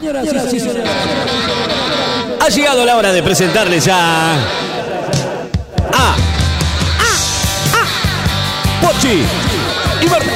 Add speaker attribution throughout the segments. Speaker 1: señoras y señores.
Speaker 2: Ha llegado la hora de presentarles a. A. A. A. Pochi. Y Martín.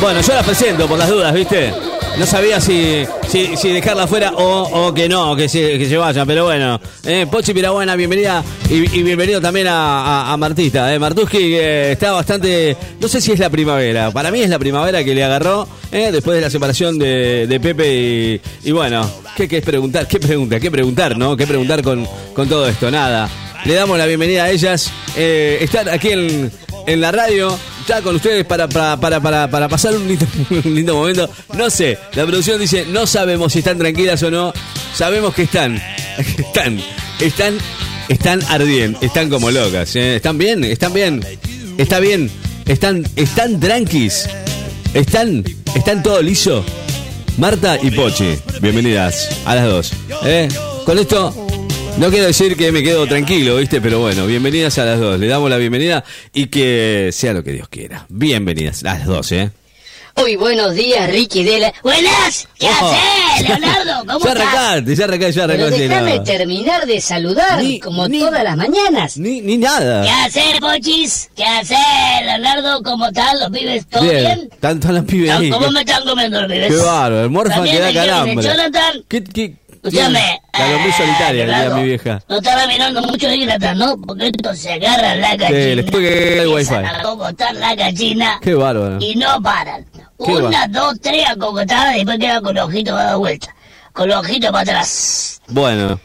Speaker 2: Bueno, yo la presento por las dudas, ¿viste? No sabía si, si, si dejarla afuera o, o que no, que se, que se vaya, pero bueno. Eh, Pochi Pirabuena, bienvenida y, y bienvenido también a, a, a Martita. Eh. Martuski que está bastante, no sé si es la primavera, para mí es la primavera que le agarró eh, después de la separación de, de Pepe y, y bueno, ¿qué, ¿qué es preguntar? ¿Qué pregunta? ¿Qué preguntar, no? ¿Qué preguntar con, con todo esto? Nada. Le damos la bienvenida a ellas. Eh, están aquí en, en la radio, ya con ustedes para, para, para, para, para pasar un lindo, un lindo momento. No sé, la producción dice, no sabemos si están tranquilas o no. Sabemos que están. Están. Están. Están ardiendo. Están como locas. eh. Están bien, están bien. Está bien. Están. Están tranquis. Están. Están todo liso. Marta y Pochi, bienvenidas a las dos. Eh, Con esto, no quiero decir que me quedo tranquilo, ¿viste? Pero bueno, bienvenidas a las dos. Le damos la bienvenida y que sea lo que Dios quiera. Bienvenidas a las dos, ¿eh?
Speaker 3: Uy, buenos días, Ricky de la... ¡Buenas! ¿Qué
Speaker 2: Oh.
Speaker 3: haces, Leonardo? ¿Cómo
Speaker 2: ya
Speaker 3: estás?
Speaker 2: arrancaste, ya arrancaste, ya
Speaker 3: Pero
Speaker 2: arrancaste.
Speaker 3: déjame
Speaker 2: no.
Speaker 3: terminar de saludar,
Speaker 2: Ni-
Speaker 3: como
Speaker 2: ni-
Speaker 3: todas las mañanas.
Speaker 2: Ni, ni
Speaker 3: ¿Qué
Speaker 2: nada.
Speaker 3: hacer, Pochis? ¿Qué hacer, Leonardo? ¿Cómo están los pibes? ¿Todo
Speaker 2: Bien,
Speaker 3: bien?
Speaker 2: tanto las pibes ahí.
Speaker 3: ¿Cómo me
Speaker 2: Qué,
Speaker 3: están comiendo los pibes?
Speaker 2: qué bárbaro, el morfa
Speaker 3: También
Speaker 2: que da
Speaker 3: me quieren,
Speaker 2: calambre.
Speaker 3: Jonathan.
Speaker 2: ¿Qué, qué,
Speaker 3: Escúchame.
Speaker 2: La lombriz
Speaker 3: eh,
Speaker 2: solitaria, diría
Speaker 3: Leonardo,
Speaker 2: mi vieja.
Speaker 3: No estaba mirando mucho Jonathan, ¿no? Porque esto se agarra la gallina.
Speaker 2: les tuve que agregar el
Speaker 3: empiezan
Speaker 2: wifi.
Speaker 3: a cogotar la gallina.
Speaker 2: Qué bárbaro.
Speaker 3: y no paran.
Speaker 2: va?
Speaker 3: Una, dos, tres acocotadas y después quedan con los ojitos dando vueltas. Con los ojitos para atrás.
Speaker 2: Bueno,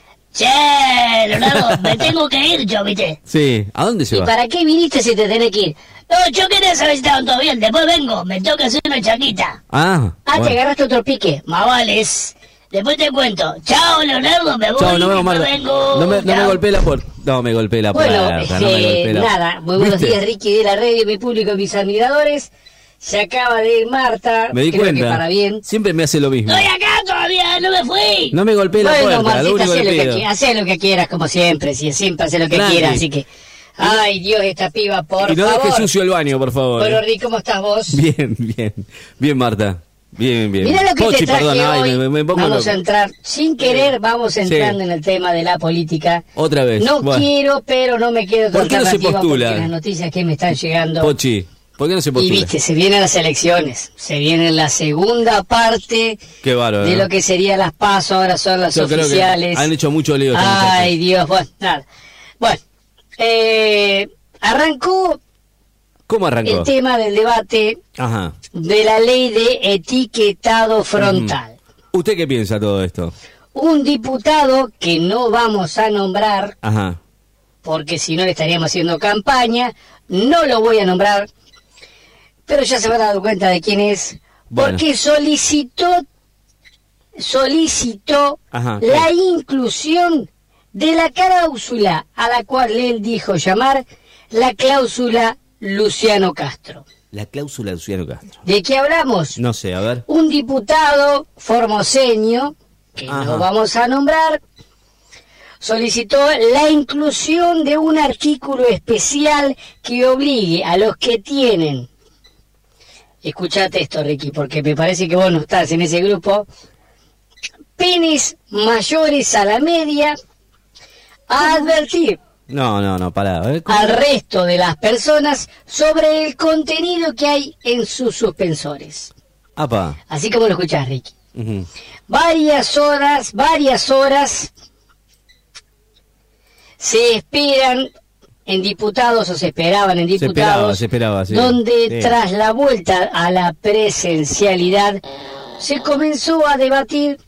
Speaker 3: Che, Leonardo, me tengo que ir yo, viste.
Speaker 2: sí. ¿A dónde se
Speaker 3: ¿Y
Speaker 2: va?
Speaker 3: para qué viniste si te tenés que ir? No, yo quería saber si estaban todo bien. Después vengo, me toca hacer una chaquita.
Speaker 2: Ah,
Speaker 3: Ah,
Speaker 2: bueno.
Speaker 3: te agarraste otro pique. Más vales. Después te cuento. Chao, Leonardo, me voy.
Speaker 2: Chao, nos vemos,
Speaker 3: después
Speaker 2: Marta.
Speaker 3: vengo.
Speaker 2: No me, no me
Speaker 3: Chao.
Speaker 2: golpeé la puerta. No me golpeé la puerta.
Speaker 3: Bueno,
Speaker 2: no me
Speaker 3: eh,
Speaker 2: golpeé la
Speaker 3: nada, muy buenos
Speaker 2: ¿Viste?
Speaker 3: días Ricky de la red y mi público y mis admiradores. Se acaba de ir Marta,
Speaker 2: Me di
Speaker 3: creo
Speaker 2: cuenta.
Speaker 3: que para bien.
Speaker 2: Siempre me hace lo mismo.
Speaker 3: Estoy acá todavía, no me fui.
Speaker 2: No me golpeé la
Speaker 3: bueno,
Speaker 2: puerta, lo
Speaker 3: Martita,
Speaker 2: único que
Speaker 3: hacé lo,
Speaker 2: pido.
Speaker 3: que, Ah, qui- hacé lo que quieras, como siempre, si siempre hace lo que
Speaker 2: Tranqui.
Speaker 3: quieras, así que... Ay, Dios, esta piba, por
Speaker 2: y no
Speaker 3: favor.
Speaker 2: dejes sucio el baño, por favor. eh.
Speaker 3: Bueno, Ricky, ¿cómo estás vos?
Speaker 2: Bien, bien. Bien, Marta. Bien, bien.
Speaker 3: Mira lo que
Speaker 2: Pochi,
Speaker 3: te traje
Speaker 2: perdón,
Speaker 3: hoy.
Speaker 2: ay, me, me pongo
Speaker 3: vamos
Speaker 2: loco.
Speaker 3: a entrar, sin querer, vamos entrando en el tema de la política.
Speaker 2: Otra vez,
Speaker 3: No
Speaker 2: bueno.
Speaker 3: quiero, pero no me quedo
Speaker 2: ¿Por qué no se
Speaker 3: alternativa
Speaker 2: postula?
Speaker 3: porque las noticias que me están llegando.
Speaker 2: Pochi, ¿por qué no se
Speaker 3: y
Speaker 2: postula?
Speaker 3: viste, se vienen las elecciones, se viene la segunda parte
Speaker 2: Qué bárbaro.
Speaker 3: de
Speaker 2: ¿no?
Speaker 3: lo que serían las PASO, ahora son las
Speaker 2: Ah. Yo creo que
Speaker 3: oficiales.
Speaker 2: han hecho mucho lío. estos
Speaker 3: Ay,
Speaker 2: muchachos.
Speaker 3: Dios, bueno, nada. Bueno, eh, arrancó
Speaker 2: ¿Cómo arrancó?
Speaker 3: el tema del debate
Speaker 2: Ajá.
Speaker 3: de la ley de etiquetado frontal.
Speaker 2: ¿Usted qué piensa de todo esto?
Speaker 3: Un diputado que no vamos a nombrar,
Speaker 2: Ajá.
Speaker 3: porque si no le estaríamos haciendo campaña, no lo voy a nombrar, pero ya se van a dar cuenta de quién es,
Speaker 2: Bueno.
Speaker 3: porque solicitó, solicitó
Speaker 2: Ajá,
Speaker 3: la inclusión de la cláusula a la cual él dijo llamar la cláusula Luciano Castro.
Speaker 2: La cláusula de Luciano Castro.
Speaker 3: ¿De qué hablamos?
Speaker 2: No sé, a ver.
Speaker 3: un diputado formoseño, que
Speaker 2: Ajá.
Speaker 3: no vamos a nombrar, solicitó la inclusión de un artículo especial que obligue a los que tienen, escuchate esto Ricky, porque me parece que vos no estás en ese grupo, penes mayores a la media, a advertir
Speaker 2: No, no, no, pará. a ver, ¿cómo?
Speaker 3: al resto de las personas sobre el contenido que hay en sus suspensores.
Speaker 2: Apa.
Speaker 3: Así como lo escuchás, Ricky
Speaker 2: Ujú.
Speaker 3: varias horas, varias horas se esperan en diputados o se esperaban en
Speaker 2: Se esperaba,
Speaker 3: diputados
Speaker 2: se esperaba, sí.
Speaker 3: donde
Speaker 2: Sí.
Speaker 3: tras la vuelta a la presencialidad se comenzó a debatir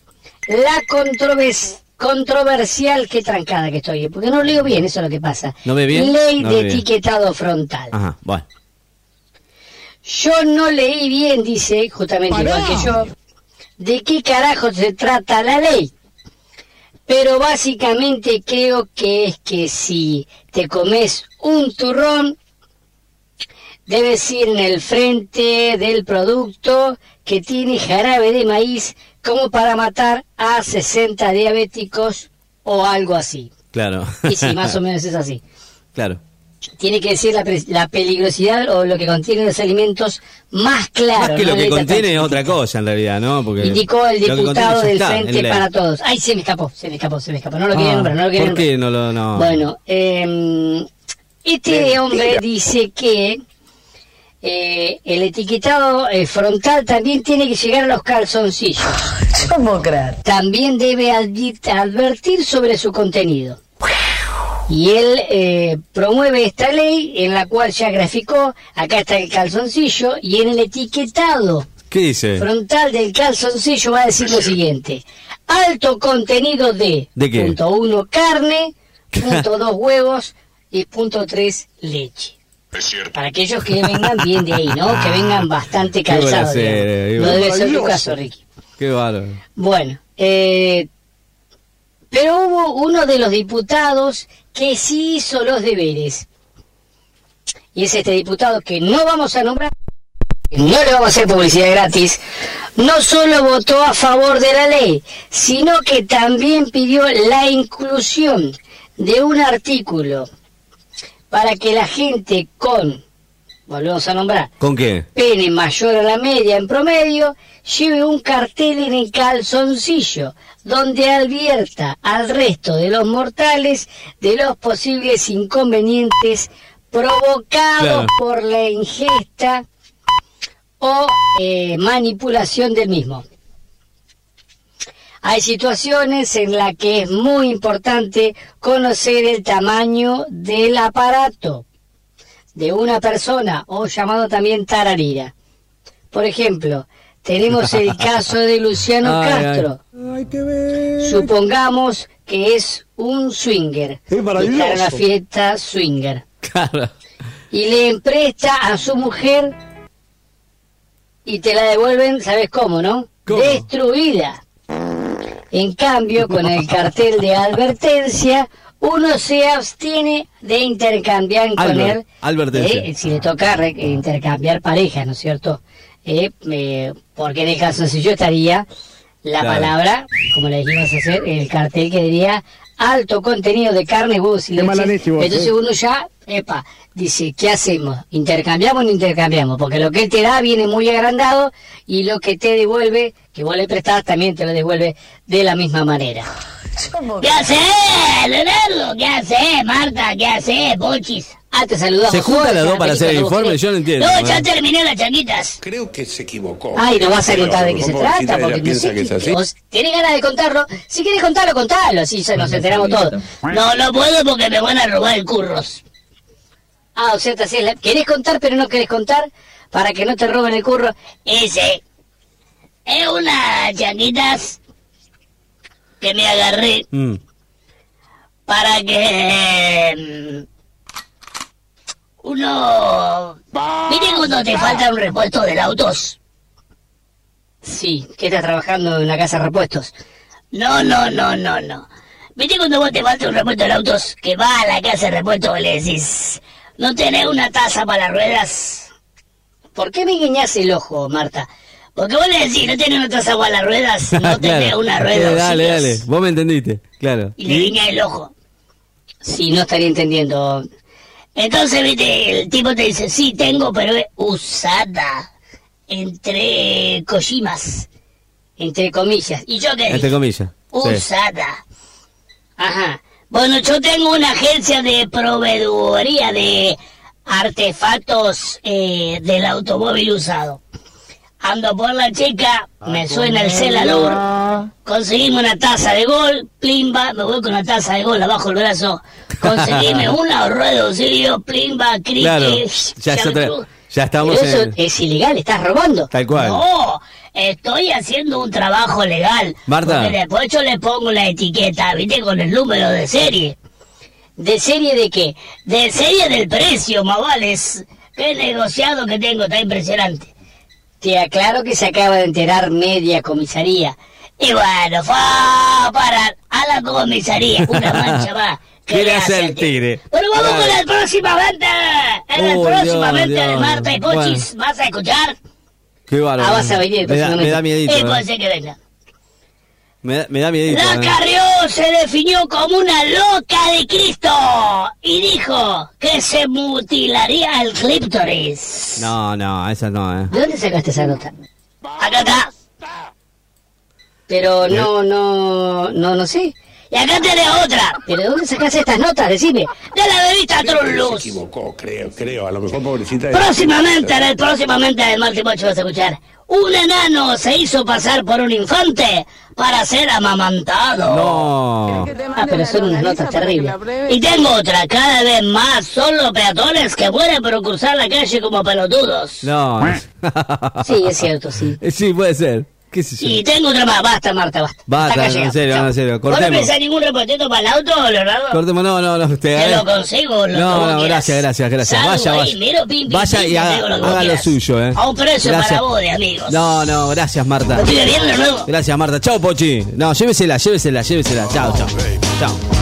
Speaker 3: la controves- controversial que trancada que estoy, porque no leo bien, eso es lo que pasa.
Speaker 2: ¿No ve bien?
Speaker 3: Ley
Speaker 2: No
Speaker 3: de
Speaker 2: ve bien.
Speaker 3: etiquetado frontal.
Speaker 2: Ajá, bueno.
Speaker 3: Yo no leí bien, dice, justamente igual que yo, de qué carajo se trata la ley. Pero básicamente creo que es que si te comes un turrón, debes ir en el frente del producto que tiene jarabe de maíz como para matar a 60 diabéticos o algo así.
Speaker 2: Claro.
Speaker 3: Y si más o menos es así.
Speaker 2: Claro.
Speaker 3: tiene que decir la, pre- la peligrosidad o lo que contiene los alimentos más claro.
Speaker 2: Más que
Speaker 3: no
Speaker 2: lo que
Speaker 3: letra
Speaker 2: contiene es
Speaker 3: tan-
Speaker 2: otra cosa en realidad, ¿no? Porque
Speaker 3: Indicó el
Speaker 2: lo que
Speaker 3: diputado
Speaker 2: contiene
Speaker 3: del
Speaker 2: ya está en
Speaker 3: Frente
Speaker 2: ley.
Speaker 3: para Todos. Ay, se me escapó, se me escapó, se me escapó. No lo quería
Speaker 2: Ah,
Speaker 3: nombrar, no lo quería
Speaker 2: ¿Por
Speaker 3: nombrar.
Speaker 2: qué no lo.? No?
Speaker 3: Bueno, eh, este hombre dice que eh, el etiquetado eh, frontal también tiene que llegar a los calzoncillos. También debe advi- advertir sobre su contenido. Y él eh, promueve esta ley en la cual ya graficó, acá está el calzoncillo, y en el etiquetado
Speaker 2: ¿Qué dice?
Speaker 3: frontal del calzoncillo va a decir lo siguiente. Alto contenido de,
Speaker 2: ¿De qué?
Speaker 3: punto uno carne, punto dos huevos y punto tres leche.
Speaker 1: Es cierto.
Speaker 3: Para aquellos que vengan bien de ahí, ¿no? Que vengan bastante
Speaker 2: Qué buena
Speaker 3: calzados.
Speaker 2: serie,
Speaker 3: digamos.
Speaker 2: Ivo.
Speaker 3: no debe ser tu
Speaker 4: Maravilloso.
Speaker 3: caso, Ricky.
Speaker 2: Qué bárbaro.
Speaker 3: Bueno, eh, pero hubo uno de los diputados que sí hizo los deberes. Y es este diputado que no vamos a nombrar, no le vamos a hacer publicidad gratis, no solo votó a favor de la ley, sino que también pidió la inclusión de un artículo para que la gente con, volvemos a nombrar,
Speaker 2: ¿Con qué?
Speaker 3: pene mayor a la media en promedio, lleve un cartel en el calzoncillo donde advierta al resto de los mortales de los posibles inconvenientes provocados
Speaker 2: Claro.
Speaker 3: por la ingesta o eh, manipulación del mismo. Hay situaciones en las que es muy importante conocer el tamaño del aparato de una persona o llamado también tararira. Por ejemplo, tenemos el caso de Luciano
Speaker 2: Ay, ay.
Speaker 3: Castro. Supongamos que es un swinger.
Speaker 4: Es maravilloso.
Speaker 3: Y está en la fiesta swinger.
Speaker 2: Claro.
Speaker 3: Y le empresta a su mujer y te la devuelven, ¿sabes cómo, no?
Speaker 2: ¿Cómo?
Speaker 3: Destruida. En cambio, con el cartel de advertencia, uno se abstiene de intercambiar con
Speaker 2: Albert,
Speaker 3: él.
Speaker 2: advertencia.
Speaker 3: eh, si le toca re- intercambiar pareja, ¿no es cierto? Eh, eh, porque en el caso, si yo estaría, la
Speaker 2: Claro.
Speaker 3: palabra, como le dijimos hacer, el cartel que diría alto contenido de carne, huevos y
Speaker 4: Qué mala
Speaker 3: leches".
Speaker 4: leche vos,
Speaker 3: Entonces
Speaker 4: eh.
Speaker 3: uno ya, epa, dice, ¿qué hacemos? ¿Intercambiamos o no intercambiamos? Porque lo que él te da viene muy agrandado y lo que te devuelve, que vos le prestás, también te lo devuelve de la misma manera. ¿Qué haces, Leonardo? ¿Qué haces, Marta? ¿Qué haces, Bochis? Ah, te saludamos.
Speaker 2: ¿Se juntan
Speaker 3: todos,
Speaker 2: las dos
Speaker 3: ya
Speaker 2: para
Speaker 3: te
Speaker 2: hacer el
Speaker 3: digo que vos
Speaker 2: informe?
Speaker 3: querés.
Speaker 2: Yo no entiendo,
Speaker 3: No,
Speaker 2: ¿no?
Speaker 3: ya terminé las changuitas.
Speaker 5: Creo que se equivocó.
Speaker 3: Ay, no vas a
Speaker 5: Pero,
Speaker 3: contar de qué se
Speaker 5: ¿cómo
Speaker 3: trata,
Speaker 5: Cristina
Speaker 3: porque no
Speaker 5: piensa
Speaker 3: sé
Speaker 5: que es
Speaker 3: qué-
Speaker 5: así?
Speaker 3: vos tenés ganas de contarlo. Si querés contarlo, contalo, así ya nos enteramos todos. No, no puedo porque me van a robar el curros. Ah, o sea, te hacés la... querés contar, pero no querés contar para que no te roben el curro. Ese es una changuitas que me agarré
Speaker 2: Mm.
Speaker 3: para que mm, uno ¿Viste cuando te falta un repuesto del autos? Sí, que estás trabajando en una casa de repuestos. No, no, no, no, no. ¿Viste cuando vos te falta un repuesto del autos que va a la casa de repuestos y le decís, no tenés una taza para las ruedas? ¿Por qué me guiñás el ojo, Marta? Porque vos le decís, no tenés una taza para las ruedas, no tenés
Speaker 2: Claro.
Speaker 3: una
Speaker 2: Eh,
Speaker 3: rueda.
Speaker 2: Dale,
Speaker 3: auxilias"
Speaker 2: dale. Vos me entendiste. Claro.
Speaker 3: y le guiña el ojo. Sí, no estaría entendiendo. Entonces, viste, el tipo te dice, sí, tengo, pero es usada. Entre collimas. Entre comillas. ¿Y yo qué dije?
Speaker 2: Entre comillas. Sí.
Speaker 3: Usada. Ajá. Bueno, yo tengo una agencia de proveeduría de artefactos eh, del automóvil usado. Ando por la chica, me suena el celador, conseguime una taza de gol, plimba, me voy con una taza de gol abajo el brazo, conseguime una rueda de auxilio, plimba, crique,
Speaker 2: Claro. Ya, es otra-
Speaker 3: chartru-
Speaker 2: ya estamos
Speaker 3: pero eso
Speaker 2: en.
Speaker 3: es ilegal, estás robando.
Speaker 2: Tal cual.
Speaker 3: No, estoy haciendo un trabajo legal.
Speaker 2: Marta.
Speaker 3: Porque después yo le pongo la etiqueta, viste, con el número de serie. ¿De serie de qué? De serie del precio, mavales. Qué negociado que tengo, está impresionante. Te aclaro que se acaba de enterar media comisaría. Y bueno, fue a parar a la comisaría. Una mancha más. que
Speaker 2: Quiere
Speaker 3: le hace
Speaker 2: hacer
Speaker 3: al tigre.
Speaker 2: tigre.
Speaker 3: Pero vamos
Speaker 2: Claro.
Speaker 3: con la próxima venta. En la
Speaker 2: Oh,
Speaker 3: próxima
Speaker 2: Dios,
Speaker 3: venta de
Speaker 2: Dios.
Speaker 3: Marta y Pochis. ¿Vas a escuchar?
Speaker 2: Qué bárbaro.
Speaker 3: Ah, vas a venir.
Speaker 2: Me da, me da miedito.
Speaker 3: Eh,
Speaker 2: ¿no?
Speaker 3: puede ser que venga.
Speaker 2: Me da, me da miedito.
Speaker 3: La
Speaker 2: ¿no?
Speaker 3: Carrión se definió como una loca de Cristo y dijo que se mutilaría el clítoris.
Speaker 2: No, no, esa no, eh.
Speaker 3: ¿De dónde sacaste esa nota? Acá está.
Speaker 2: ¿Eh?
Speaker 3: Pero no, no, no, no sé. Y acá tenés otra. ¿Pero de dónde sacaste estas notas? Decime. De la revista True
Speaker 1: Se
Speaker 3: Luz.
Speaker 1: equivocó, creo, creo. A lo mejor pobrecita. de-
Speaker 3: Próximamente, en el- próximamente en el Martin Bocho vas a escuchar. Un enano se hizo pasar por un infante para ser amamantado.
Speaker 2: No.
Speaker 3: Ah, pero son unas notas terribles. Y tengo otra, cada vez más son los peatones que mueren por cruzar la calle como pelotudos.
Speaker 2: No.
Speaker 3: Sí, es cierto, sí.
Speaker 2: sí, puede ser. ¿Qué sé yo?
Speaker 3: Y tengo otra más, basta Marta, basta.
Speaker 2: Basta,
Speaker 3: Hasta acá
Speaker 2: en
Speaker 3: llegamos.
Speaker 2: serio,
Speaker 3: Chao.
Speaker 2: en serio,
Speaker 3: ¿Vos no
Speaker 2: cortemos.
Speaker 3: pensás ningún reportito para el auto, Leonardo?
Speaker 2: Cortemos, no, no, no. Te,
Speaker 3: Te
Speaker 2: agradezco.
Speaker 3: lo consigo, lo
Speaker 2: No,
Speaker 3: como
Speaker 2: no,
Speaker 3: quieras.
Speaker 2: gracias, gracias, gracias.
Speaker 3: Salgo
Speaker 2: Vaya,
Speaker 3: ahí,
Speaker 2: vaya.
Speaker 3: miro, pim, pim,
Speaker 2: Vaya
Speaker 3: pim,
Speaker 2: y
Speaker 3: te
Speaker 2: haga,
Speaker 3: digo lo que
Speaker 2: haga lo
Speaker 3: quieras.
Speaker 2: suyo, eh.
Speaker 3: A un precio
Speaker 2: Gracias.
Speaker 3: para vos, de amigos.
Speaker 2: No, no, gracias, Marta.
Speaker 3: ¿Me estoy bebiendo, Leonardo?
Speaker 2: Gracias, Marta. Chao, Pochi. No, llévesela, llévesela, llévesela. Chao, chao. Chao.